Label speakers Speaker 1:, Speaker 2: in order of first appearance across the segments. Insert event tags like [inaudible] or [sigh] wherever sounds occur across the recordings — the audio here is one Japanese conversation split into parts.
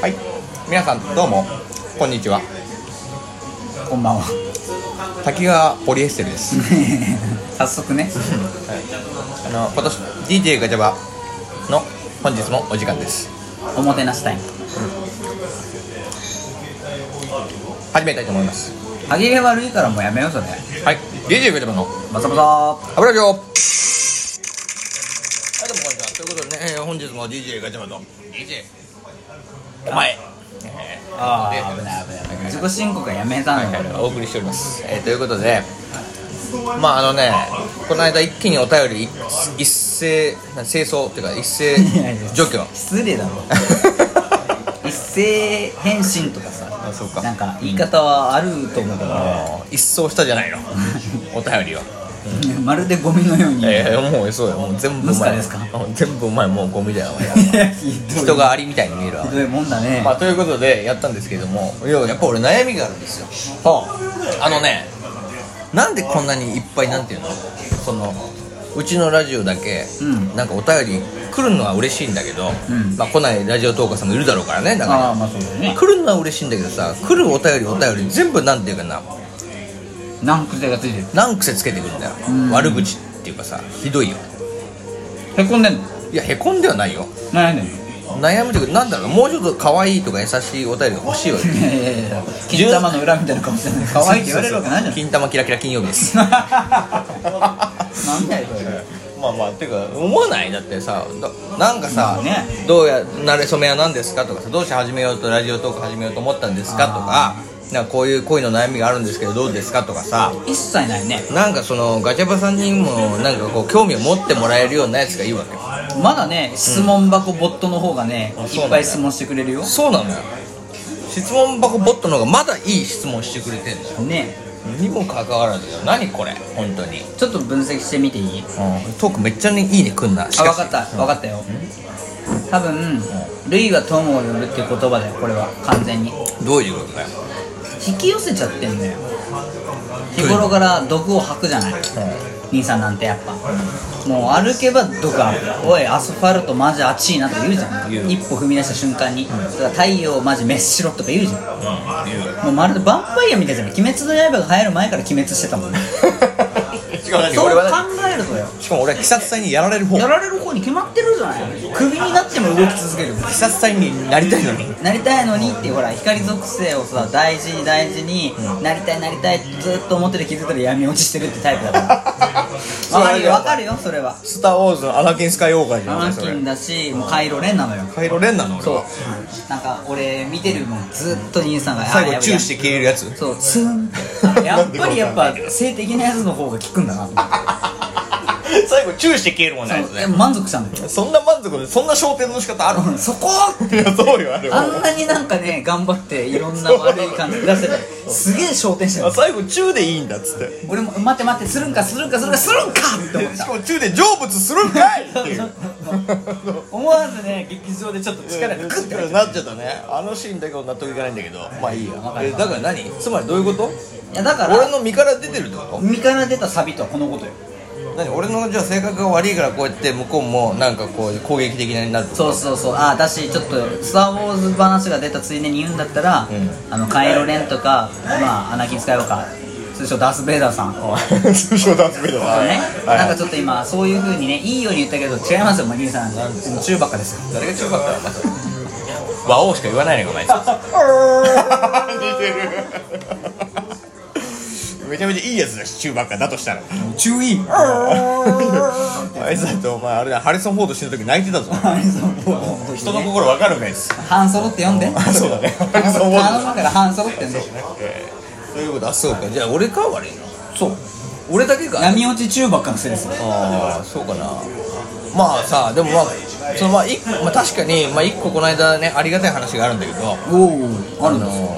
Speaker 1: はい皆さんどうもこんにちは
Speaker 2: こんばんは [laughs]
Speaker 1: 滝川ポリエステルです
Speaker 2: 早速ね
Speaker 1: あの今年 DJ ガチャバの本日もお時間です
Speaker 2: おもてなしタイム
Speaker 1: 始めたいと思います
Speaker 2: 歯切れ悪いからもうやめようそれ
Speaker 1: はい DJ ガチャバの
Speaker 2: バサバサ
Speaker 1: 油料はいどうもこんにちはということでね、えー本日も DJ ガチャバと DJ お前
Speaker 2: あ
Speaker 1: あ
Speaker 2: あ危ない危ない自己申告はやめたのよ俺は
Speaker 1: お送りしております、えーということでまああのねこの間一気にお便りい一斉な清掃っていうか一斉
Speaker 2: いやいや
Speaker 1: 除去
Speaker 2: 失礼だろ一斉返信とかさ
Speaker 1: あそうか
Speaker 2: なんか言い方はあると思うけ
Speaker 1: あー一掃したじゃない [laughs] のお便りは
Speaker 2: ど、まるでゴミのように、
Speaker 1: ええもうそうよもう全部お
Speaker 2: ムスカ
Speaker 1: 前
Speaker 2: ですか
Speaker 1: うん [laughs] 全部お前もうゴミだよお前 [laughs]
Speaker 2: いや [laughs] ひどい
Speaker 1: 人がアリみたいに見えるわ
Speaker 2: ひどいもんだ
Speaker 1: [laughs]
Speaker 2: ね、
Speaker 1: まあということでやったんですけれどもいややっぱ俺悩みがあるんですよあのねなんでこんなにいっぱいなんていうのそのうちのラジオだけ、
Speaker 2: うん
Speaker 1: なんかお便り来るのは嬉しいんだけど、
Speaker 2: うん
Speaker 1: まあ来ないラジオトーカーさんもいるだろうからねだから
Speaker 2: ああまあそうだよね
Speaker 1: 来るのは嬉しいんだけどさ来るお便りお便り全部なんていうかな
Speaker 2: 何癖がついてる
Speaker 1: 何癖つけてくるんだよ、
Speaker 2: うん
Speaker 1: 悪口っていうかさひどいよ
Speaker 2: へこんでんの
Speaker 1: いやへこんではないよ
Speaker 2: 悩んでんの
Speaker 1: 悩むというかなんだろうもうちょっと可愛いとか優しいお便りが欲しいわけ
Speaker 2: いやいやいや金玉の裏みたいな顔してない [laughs] 可愛いって言われるわけないじゃん
Speaker 1: 金玉キラキラ金曜日です
Speaker 2: なんだよそれ
Speaker 1: まあまあてか思わないだってさだなんかさ、
Speaker 2: ね
Speaker 1: どうやなれ初めは何ですかとかさどうして始めようとラジオトーク始めようと思ったんですかとかなんかこういう恋の悩みがあるんですけどどうですかとかさ
Speaker 2: [laughs] 一切ないね
Speaker 1: なんかそのガチャバさんにもなんかこう興味を持ってもらえるようなやつがいいわけよ
Speaker 2: まだね質問箱ボットの方がね
Speaker 1: あそうなん
Speaker 2: いっ
Speaker 1: だ
Speaker 2: ぱい質問してくれるよ
Speaker 1: そうなのよ質問箱ボットの方がまだいい質問してくれてんだよ
Speaker 2: ね
Speaker 1: にもかかわらずよ何これ本当に
Speaker 2: ちょっと分析してみていい
Speaker 1: トークめっちゃねいいねくんなし
Speaker 2: あ
Speaker 1: か
Speaker 2: 分
Speaker 1: し
Speaker 2: かった分かったよ多分「ルイは友を呼ぶ」っていう言葉だよこれは完全に
Speaker 1: どういうことだよ、
Speaker 2: 引き寄せちゃってんだよ日頃から毒を吐くじゃない兄さんなんてやっぱもう歩けばどかおいアスファルトマジ熱いなって言うじゃん
Speaker 1: 言う
Speaker 2: 一歩踏み出した瞬間に、だから太陽マジ滅しろとか言うじゃん
Speaker 1: 言うよ
Speaker 2: もうまるでヴァンパイアみたいじゃん鬼滅の刃が流行る前から鬼滅して
Speaker 1: [laughs]
Speaker 2: たもんね
Speaker 1: しかも
Speaker 2: そう
Speaker 1: 俺
Speaker 2: 考
Speaker 1: は
Speaker 2: えるとよ
Speaker 1: しかも俺は鬼殺隊にやられる方
Speaker 2: や
Speaker 1: 鬼
Speaker 2: られる方に決まってるじゃないクビになっても動き続ける
Speaker 1: 殺隊になりたいのに
Speaker 2: なりたいのにってほら光属性をさ大事に大事に、なりたいなりたいってずっと思ってて気づいたら闇落ちしてるってタイプだからわかるよわかるよそれは
Speaker 1: スター・ウォーズのアナキン・スカイ・ウォーカーじゃ
Speaker 2: ア
Speaker 1: な
Speaker 2: ナ
Speaker 1: いそ
Speaker 2: キ
Speaker 1: れ
Speaker 2: ンだしもうカイロレンなのよ
Speaker 1: カイロ・レンなの俺
Speaker 2: そう
Speaker 1: は
Speaker 2: なんか俺見てるもんずっと兄さんが
Speaker 1: 最
Speaker 2: あ
Speaker 1: 後
Speaker 2: やばい
Speaker 1: チューして消えるやつ
Speaker 2: そうツンってやっぱりやっぱ性的なやつの方が効くんだなと思っ
Speaker 1: 最後チューして消えるもん
Speaker 2: てそうでも満足したんだけ
Speaker 1: そんな満足でそんな焦点の仕方ある
Speaker 2: どそこ
Speaker 1: いやそうよあれ
Speaker 2: あんなになんかね頑張っていろんな悪い感じ出せてすげえ焦点してる
Speaker 1: 最後チューでいいんだっつって
Speaker 2: 俺も待って待ってするんかするんかするんかするんかって思っ
Speaker 1: したかもチューで成仏するんかいっていう
Speaker 2: [laughs] 思わずね劇場でちょっと力がグッて入っ
Speaker 1: なっちゃったねあのシーンだけは納得いかないんだけどまあいいや
Speaker 2: かる
Speaker 1: えだから何つまりどういうこと
Speaker 2: たいやだから
Speaker 1: 俺の身から出てるってこと
Speaker 2: 身から出たサビとはこのことよ
Speaker 1: 何俺のじゃあ性格が悪いからこうやって向こうもなんかこう攻撃的になると
Speaker 2: そうそうそうああだしちょっと「スター・ウォーズ」話が出たついでに言うんだったら、
Speaker 1: う
Speaker 2: あのカイロレンとか、まあ、アナキン・スカイウォーカー通称ダース・ベイダーさ
Speaker 1: [laughs]
Speaker 2: ん、ね
Speaker 1: 通称ダンスベイダ
Speaker 2: なんかちょっと今そういうふうにねいいように言ったけど違いますよマギーさん
Speaker 1: 何ですか
Speaker 2: 中ばっかですよ
Speaker 1: 誰が中ばっかだよ和王しか言わないねお前似てる [laughs] めちゃめちゃいいやつだし中ばっかだとしたら
Speaker 2: 注 [laughs] 意
Speaker 1: あいつだってお前あれだハリソン・フォード死ぬ時泣いてたぞ人の心わかるかいです
Speaker 2: 半ソロって読んで
Speaker 1: あそうだねハリ
Speaker 2: 頼
Speaker 1: ソン・フ
Speaker 2: む
Speaker 1: ォードだ
Speaker 2: から半ソロってんで
Speaker 1: えーそういうことあそうかじゃあ俺か悪いの
Speaker 2: そう
Speaker 1: 俺だけか
Speaker 2: 闇落ち中ばっかのせいですよ
Speaker 1: ああそうかなまあさでもまあそのまあ、いまあ、確かに、まあ、一個この間ねありがたい話があるんだけど
Speaker 2: おおあるんです
Speaker 1: の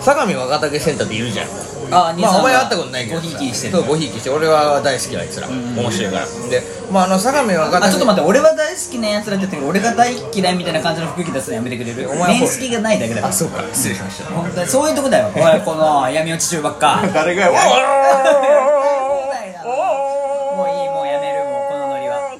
Speaker 1: 相模若竹センターっているじゃん
Speaker 2: あ
Speaker 1: まあお前は会ったことないけど
Speaker 2: ごひいきにして
Speaker 1: そうごひいきして俺は大好きあいつら面白いからでまああの相模若
Speaker 2: あ
Speaker 1: 竹
Speaker 2: ちょっと待って俺は大好きなやつらって言ってるけど俺が大嫌いみたいな感じの服着出すのやめてくれる
Speaker 1: お前は
Speaker 2: 面識がないだけだか
Speaker 1: あ
Speaker 2: ら
Speaker 1: そうか失礼しました
Speaker 2: 本当にそういうとこだよおいこの闇落ち中ばっか
Speaker 1: 誰がやわ
Speaker 2: もういいもうやめるもうこのノリ [laughs] は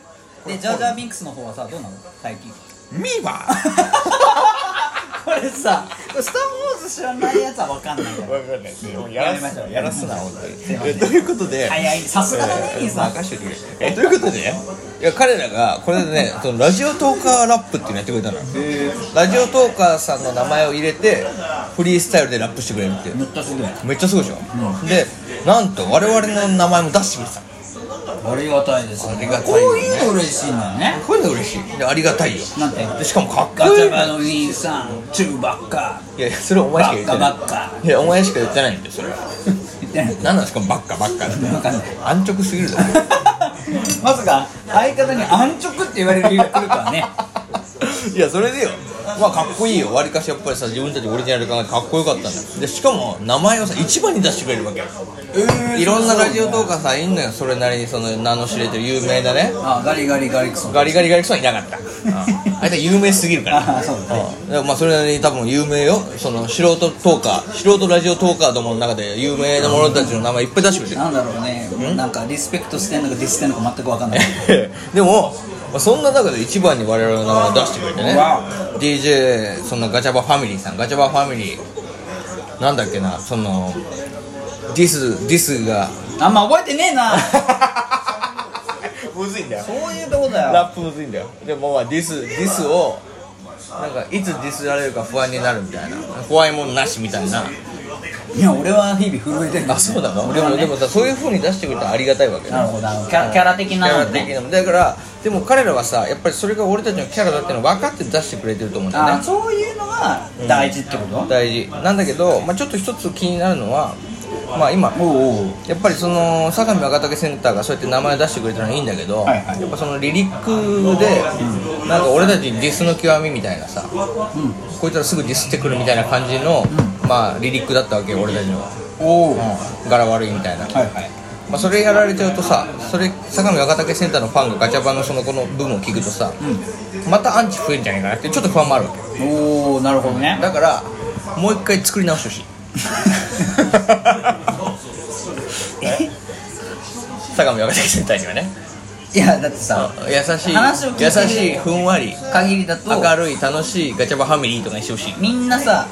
Speaker 2: でジャージャービンクスの方はさどうなの最近
Speaker 1: ミーバ
Speaker 2: [laughs] これれさ「スター・ウォーズ」知らないやつは分かんないから
Speaker 1: わかんないもうやらすなやらすな本
Speaker 2: すい
Speaker 1: 当
Speaker 2: ませ
Speaker 1: に
Speaker 2: ん
Speaker 1: ということで
Speaker 2: 早いさすがだね
Speaker 1: えー
Speaker 2: 兄さん
Speaker 1: 任しといてくれえということでねいや彼らがこれで
Speaker 2: [laughs]
Speaker 1: ねそのラジオトーカーラップっていうのやってくれたのラジオトーカーさんの名前を入れてフリースタイルでラップしてくれるっていう
Speaker 2: めっちゃすごい
Speaker 1: めっちゃすごいでしょ、でなんと我々の名前も出してくれてた
Speaker 2: ありがたいですね
Speaker 1: ありがたいよね
Speaker 2: こういうの嬉しいんだよね
Speaker 1: こういうの嬉しいでありがたいよ
Speaker 2: なんて
Speaker 1: でしかもかっ
Speaker 2: ガ
Speaker 1: こい
Speaker 2: チ
Speaker 1: い
Speaker 2: ャバの兄さんチューバッカ
Speaker 1: いやいやそれお前しか言って
Speaker 2: バッカバッ
Speaker 1: ないいやお前しか言ってないんだよそれは
Speaker 2: 言ってない
Speaker 1: 何なんですかバッカバッカって
Speaker 2: わかんない
Speaker 1: 安直すぎるだろ
Speaker 2: [laughs] まさか相方に安直って言われる日が来るとはね
Speaker 1: [laughs] いやそれでよまあかっこいいよわりかしやっぱりさ自分たちオリジナル考えてかっこよかったんだよでしかも名前をさ一番に出してくれるわけよいろんなラジオトーカーさんいんのよそれなりにその名の知れてる有名だね
Speaker 2: あガリガリガリクソン
Speaker 1: ガリガリガリクソンいなかった、あいつは有名すぎるから
Speaker 2: [laughs] あそうだね
Speaker 1: うんでもまあそれなりに多分有名よその素人トーカー素人ラジオトーカーどもの中で有名な者たちの名前いっぱい出してくれてる
Speaker 2: なんだろうねなんかリスペクトしてんのかディスってんのか全く分かんない
Speaker 1: [laughs] でも、まあそんな中で一番に我々の名前を出してくれてね
Speaker 2: わ
Speaker 1: DJ そのガチャバファミリーさんガチャバファミリーなんだっけなそのディスディスが
Speaker 2: あんま覚えてねえな
Speaker 1: [laughs] むずいんだよ
Speaker 2: そういうとこだよ
Speaker 1: ラップむずいんだよでもまあディスディスをなんかいつディスられるか不安になるみたいな怖いもんなしみたいない
Speaker 2: や俺は日々震えてんだ
Speaker 1: そうだろ
Speaker 2: 俺
Speaker 1: で
Speaker 2: は
Speaker 1: も
Speaker 2: ね
Speaker 1: でもさそういう風に出してくれたらありがたいわけよ
Speaker 2: なるほどあのキャラキャラ的
Speaker 1: キ
Speaker 2: な
Speaker 1: ャラ
Speaker 2: の
Speaker 1: 的
Speaker 2: ね
Speaker 1: なもんだからでも彼らはさやっぱりそれが俺たちのキャラだっての分かって出してくれてると思うんだよね
Speaker 2: あそういうのが大事ってこと、
Speaker 1: 大事なんだけど、まあ、ちょっと一つ気になるのは、まあ、今
Speaker 2: おうおう
Speaker 1: やっぱりその相模若竹センターがそうやって名前出してくれたのはいいんだけど、
Speaker 2: はいはい
Speaker 1: やっぱそのリリックで、なんか俺たちにディスの極みみたいなさ、こいつらすぐディスってくるみたいな感じの、まあ、リリックだったわけよ俺たちの、
Speaker 2: おお、は
Speaker 1: 柄悪いみたいな、
Speaker 2: いはい
Speaker 1: まあ、それやられちゃうとさそれ相模若竹センターのファンがガチャバのそのこの部分を聞くとさ、またアンチ増えんじゃないかなってちょっと不安もあるわけよ
Speaker 2: おおなるほどね
Speaker 1: だからもう一回作り直してほ
Speaker 2: [laughs]
Speaker 1: しい相模若手先輩にはね
Speaker 2: [laughs] いやだってさ
Speaker 1: 優しい
Speaker 2: 話を聞いて
Speaker 1: 優しいふんわり
Speaker 2: 限りだと
Speaker 1: 明るい楽しいガチャバファミリーとかにしてほしい
Speaker 2: みんなさ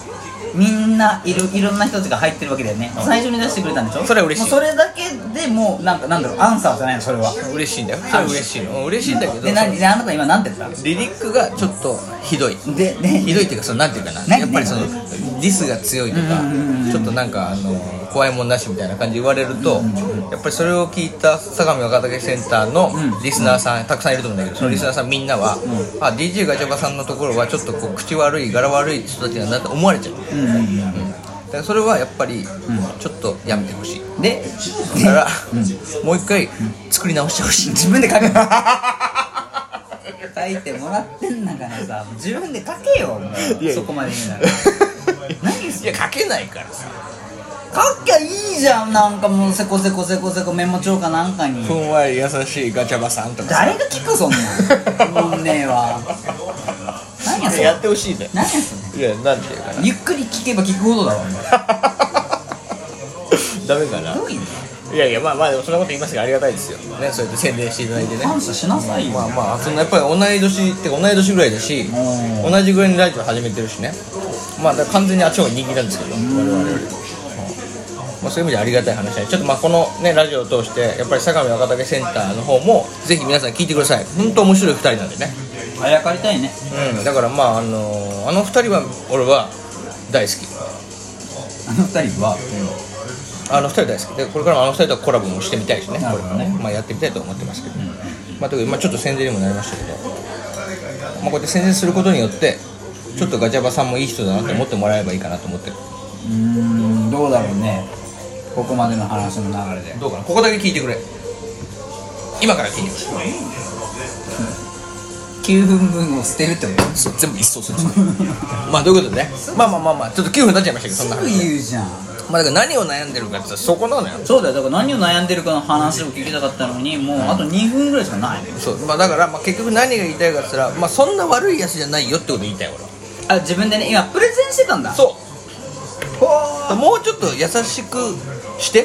Speaker 2: みんないろいろんな人たちが入ってるわけだよね、最初に出してくれたんでしょ
Speaker 1: それは嬉しい
Speaker 2: もうそれだけでもうなんかなんだろうアンサーじゃないのそれは
Speaker 1: 嬉しいんだよそれは嬉しいのうん嬉しいんだけど
Speaker 2: で何であなた今何て言った
Speaker 1: リリックがちょっとひどい
Speaker 2: で
Speaker 1: ひ
Speaker 2: ね
Speaker 1: どいっていうかそのなんていうかな、
Speaker 2: ね
Speaker 1: やっぱりそのディスが強いとか、ちょっとなんかあの怖いもんなしみたいな感じで言われると、やっぱりそれを聞いた相模若竹センターのリスナーさん、たくさんいると思うんだけどそのリスナーさんみんなは、あ DJ ガチャバさんのところはちょっとこう口悪い柄悪い人たちなんだって思われちゃう、だからそれはやっぱり、ちょっとやめてほしい
Speaker 2: で
Speaker 1: だから、もう一回作り直してほしい、
Speaker 2: 自分
Speaker 1: [laughs]
Speaker 2: で書け書いてもらってんだからさ自分で書けよもうそこまで言うなら何す
Speaker 1: いや書けないからさ
Speaker 2: 書きゃいいじゃんなんかもうせこせこせこせこメモ帳かなんかに
Speaker 1: ふんわり優しいガチャバさんとかさ
Speaker 2: 誰が聞くそん
Speaker 1: [laughs]
Speaker 2: なんもうねえわ何やそれ
Speaker 1: やってほしいね
Speaker 2: 何やそれ
Speaker 1: いやなんていうかな
Speaker 2: ゆっくり聞けば聞くほどだわ
Speaker 1: ダメかな
Speaker 2: どういうの
Speaker 1: いやいやまあまあでもそんなこと言いますがありがたいですよねそうやって宣伝していただいてね
Speaker 2: 感謝しなさいよ
Speaker 1: まあまあそのやっぱり同い年って同い年ぐらいだし
Speaker 2: う
Speaker 1: 同じぐらいにラジオ始めてるしねまあだから完全にあっちの方が人気なんですけど我々よりもまあ、そういう意味でありがたい話だねちょっとまあこのねラジオを通してやっぱり相模若竹センターの方もぜひ皆さん聞いてください本当面白い2人なんでね
Speaker 2: あやかりたいね
Speaker 1: うんだからまああのあの2人は俺は大好き
Speaker 2: あの二人は
Speaker 1: あの二人大好きでこれからもあの二人とコラボもしてみたいしね
Speaker 2: な
Speaker 1: こ
Speaker 2: る
Speaker 1: れ
Speaker 2: ほ
Speaker 1: か
Speaker 2: ど
Speaker 1: ら
Speaker 2: ね
Speaker 1: ね、まあ、やってみたいと思ってますけど、まあ、というまあちょっと宣伝にもなりましたけど、まあ、こうやって宣伝することによってちょっとガチャバさんもいい人だなって思ってもらえばいいかなと思ってる
Speaker 2: うーんどうだろうねここまでの話の流れで
Speaker 1: どうかなここだけ聞いてくれ今から聞いてくれ
Speaker 2: 9分分を捨てるってこと
Speaker 1: そう全部一掃する [laughs] まあということでねまあまあまあまあちょっと9分経っちゃいましたけどそん
Speaker 2: す
Speaker 1: な
Speaker 2: ぐ
Speaker 1: 話
Speaker 2: 言うじゃん
Speaker 1: まあだから何を悩んでるかって言ったらそこなのよ
Speaker 2: そうだよだから何を悩んでるかの話を聞きたかったのにもうあと2分ぐらいしかない
Speaker 1: そうまあだから、まあ、結局何が言いたいかって言ったら、まあ、そんな悪いやつじゃないよってこと言いたい俺は
Speaker 2: あ自分でね今プレゼンしてたんだ
Speaker 1: そう
Speaker 2: ほー
Speaker 1: もうちょっと優しくしてっ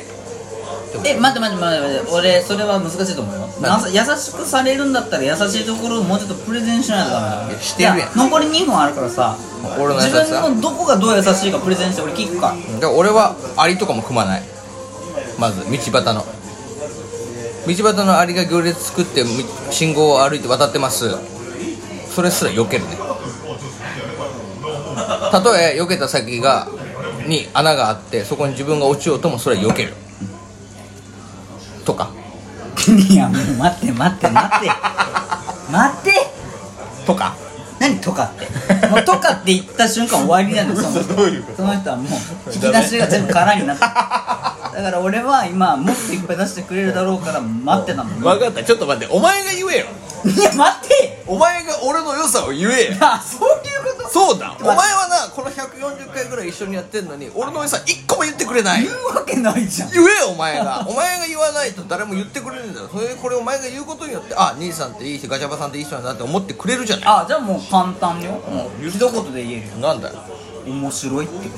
Speaker 1: てこと
Speaker 2: え待って待って待って待って俺それは難しいと思うよなさ優しくされるんだったら優しいところをもうちょっとプレゼンしないとダメだ
Speaker 1: いやしてるやん
Speaker 2: い残り2分あるからさ
Speaker 1: 俺の優
Speaker 2: 自
Speaker 1: しさ
Speaker 2: 分のどこがどう優しいかプレゼンして俺聞くから
Speaker 1: で俺はアリとかも組まないまず道端の道端のアリが行列作ってみ信号を歩いて渡ってますそれすら避けるねたとえ避けた先がに穴があってそこに自分が落ちようともそれは避けるとか
Speaker 2: いやもう待って待って待 [laughs] って待って
Speaker 1: とか
Speaker 2: 何とかってもうとかって言った瞬間終わりなんだよその人
Speaker 1: どういうこ
Speaker 2: その人はもう引き出しが全部空になっただから俺は今もっといっぱい出してくれるだろうから待ってたもんい
Speaker 1: 分かったちょっと待ってお前が言えよ
Speaker 2: や待って
Speaker 1: お前が俺の良さを言えよ
Speaker 2: [laughs] あそういうこと
Speaker 1: そうだお
Speaker 2: お前
Speaker 1: 前はなこの140回ぐらい一緒にやってんのに俺の良さ1個も言ってくれない
Speaker 2: 言うわけないじゃん
Speaker 1: 言えよお前
Speaker 2: [laughs]
Speaker 1: がお前が言わないと誰も言ってくれないんだよそれこれお前が言うことによってあ兄さんっていい人ガチャバさんっていい人なんだって思ってくれるじゃない
Speaker 2: あじゃあもう簡単よもう一言で言えるよ
Speaker 1: なんだよ
Speaker 2: 面白いって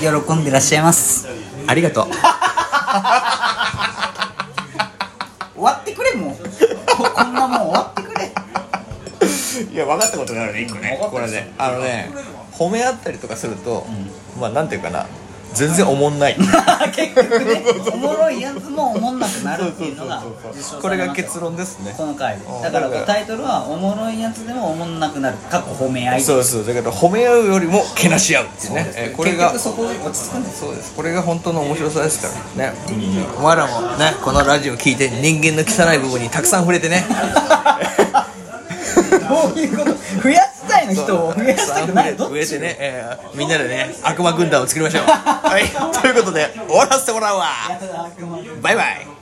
Speaker 2: 喜んでらっしゃいます
Speaker 1: ありがとう
Speaker 2: 終わってくれもうここんなもん終わってく
Speaker 1: [laughs]
Speaker 2: れ
Speaker 1: いや分かったことがあるね1個ねこれねあのね [laughs] 褒め合ったりとかすると、まあなんていうかな全然おもんない
Speaker 2: 結局ねおもろいやつもおもんなくなるっていうのが実証
Speaker 1: こ
Speaker 2: さ
Speaker 1: れ
Speaker 2: れま
Speaker 1: が
Speaker 2: した
Speaker 1: 結論ですね
Speaker 2: この回で
Speaker 1: あ
Speaker 2: だから
Speaker 1: だから
Speaker 2: タイトルは「おもろいやつでもおもんなくなる」過去褒め合い
Speaker 1: そうそうだけど褒め合うよりもけなし合うっていうねえーこれが
Speaker 2: 結局そこに落ち着くん [laughs] です
Speaker 1: そうですこれが本当の面白さですからね、お前らもねこのラジオ聞いて人間の汚い部分にたくさん触れてね
Speaker 2: どういうこと増やしたいの人を増やしたくないどっ
Speaker 1: 植え
Speaker 2: ち
Speaker 1: てね、えーみんなでね悪魔軍団を作りましょうはいということで終わらせてもらうわ
Speaker 2: やだ悪魔
Speaker 1: バイバイ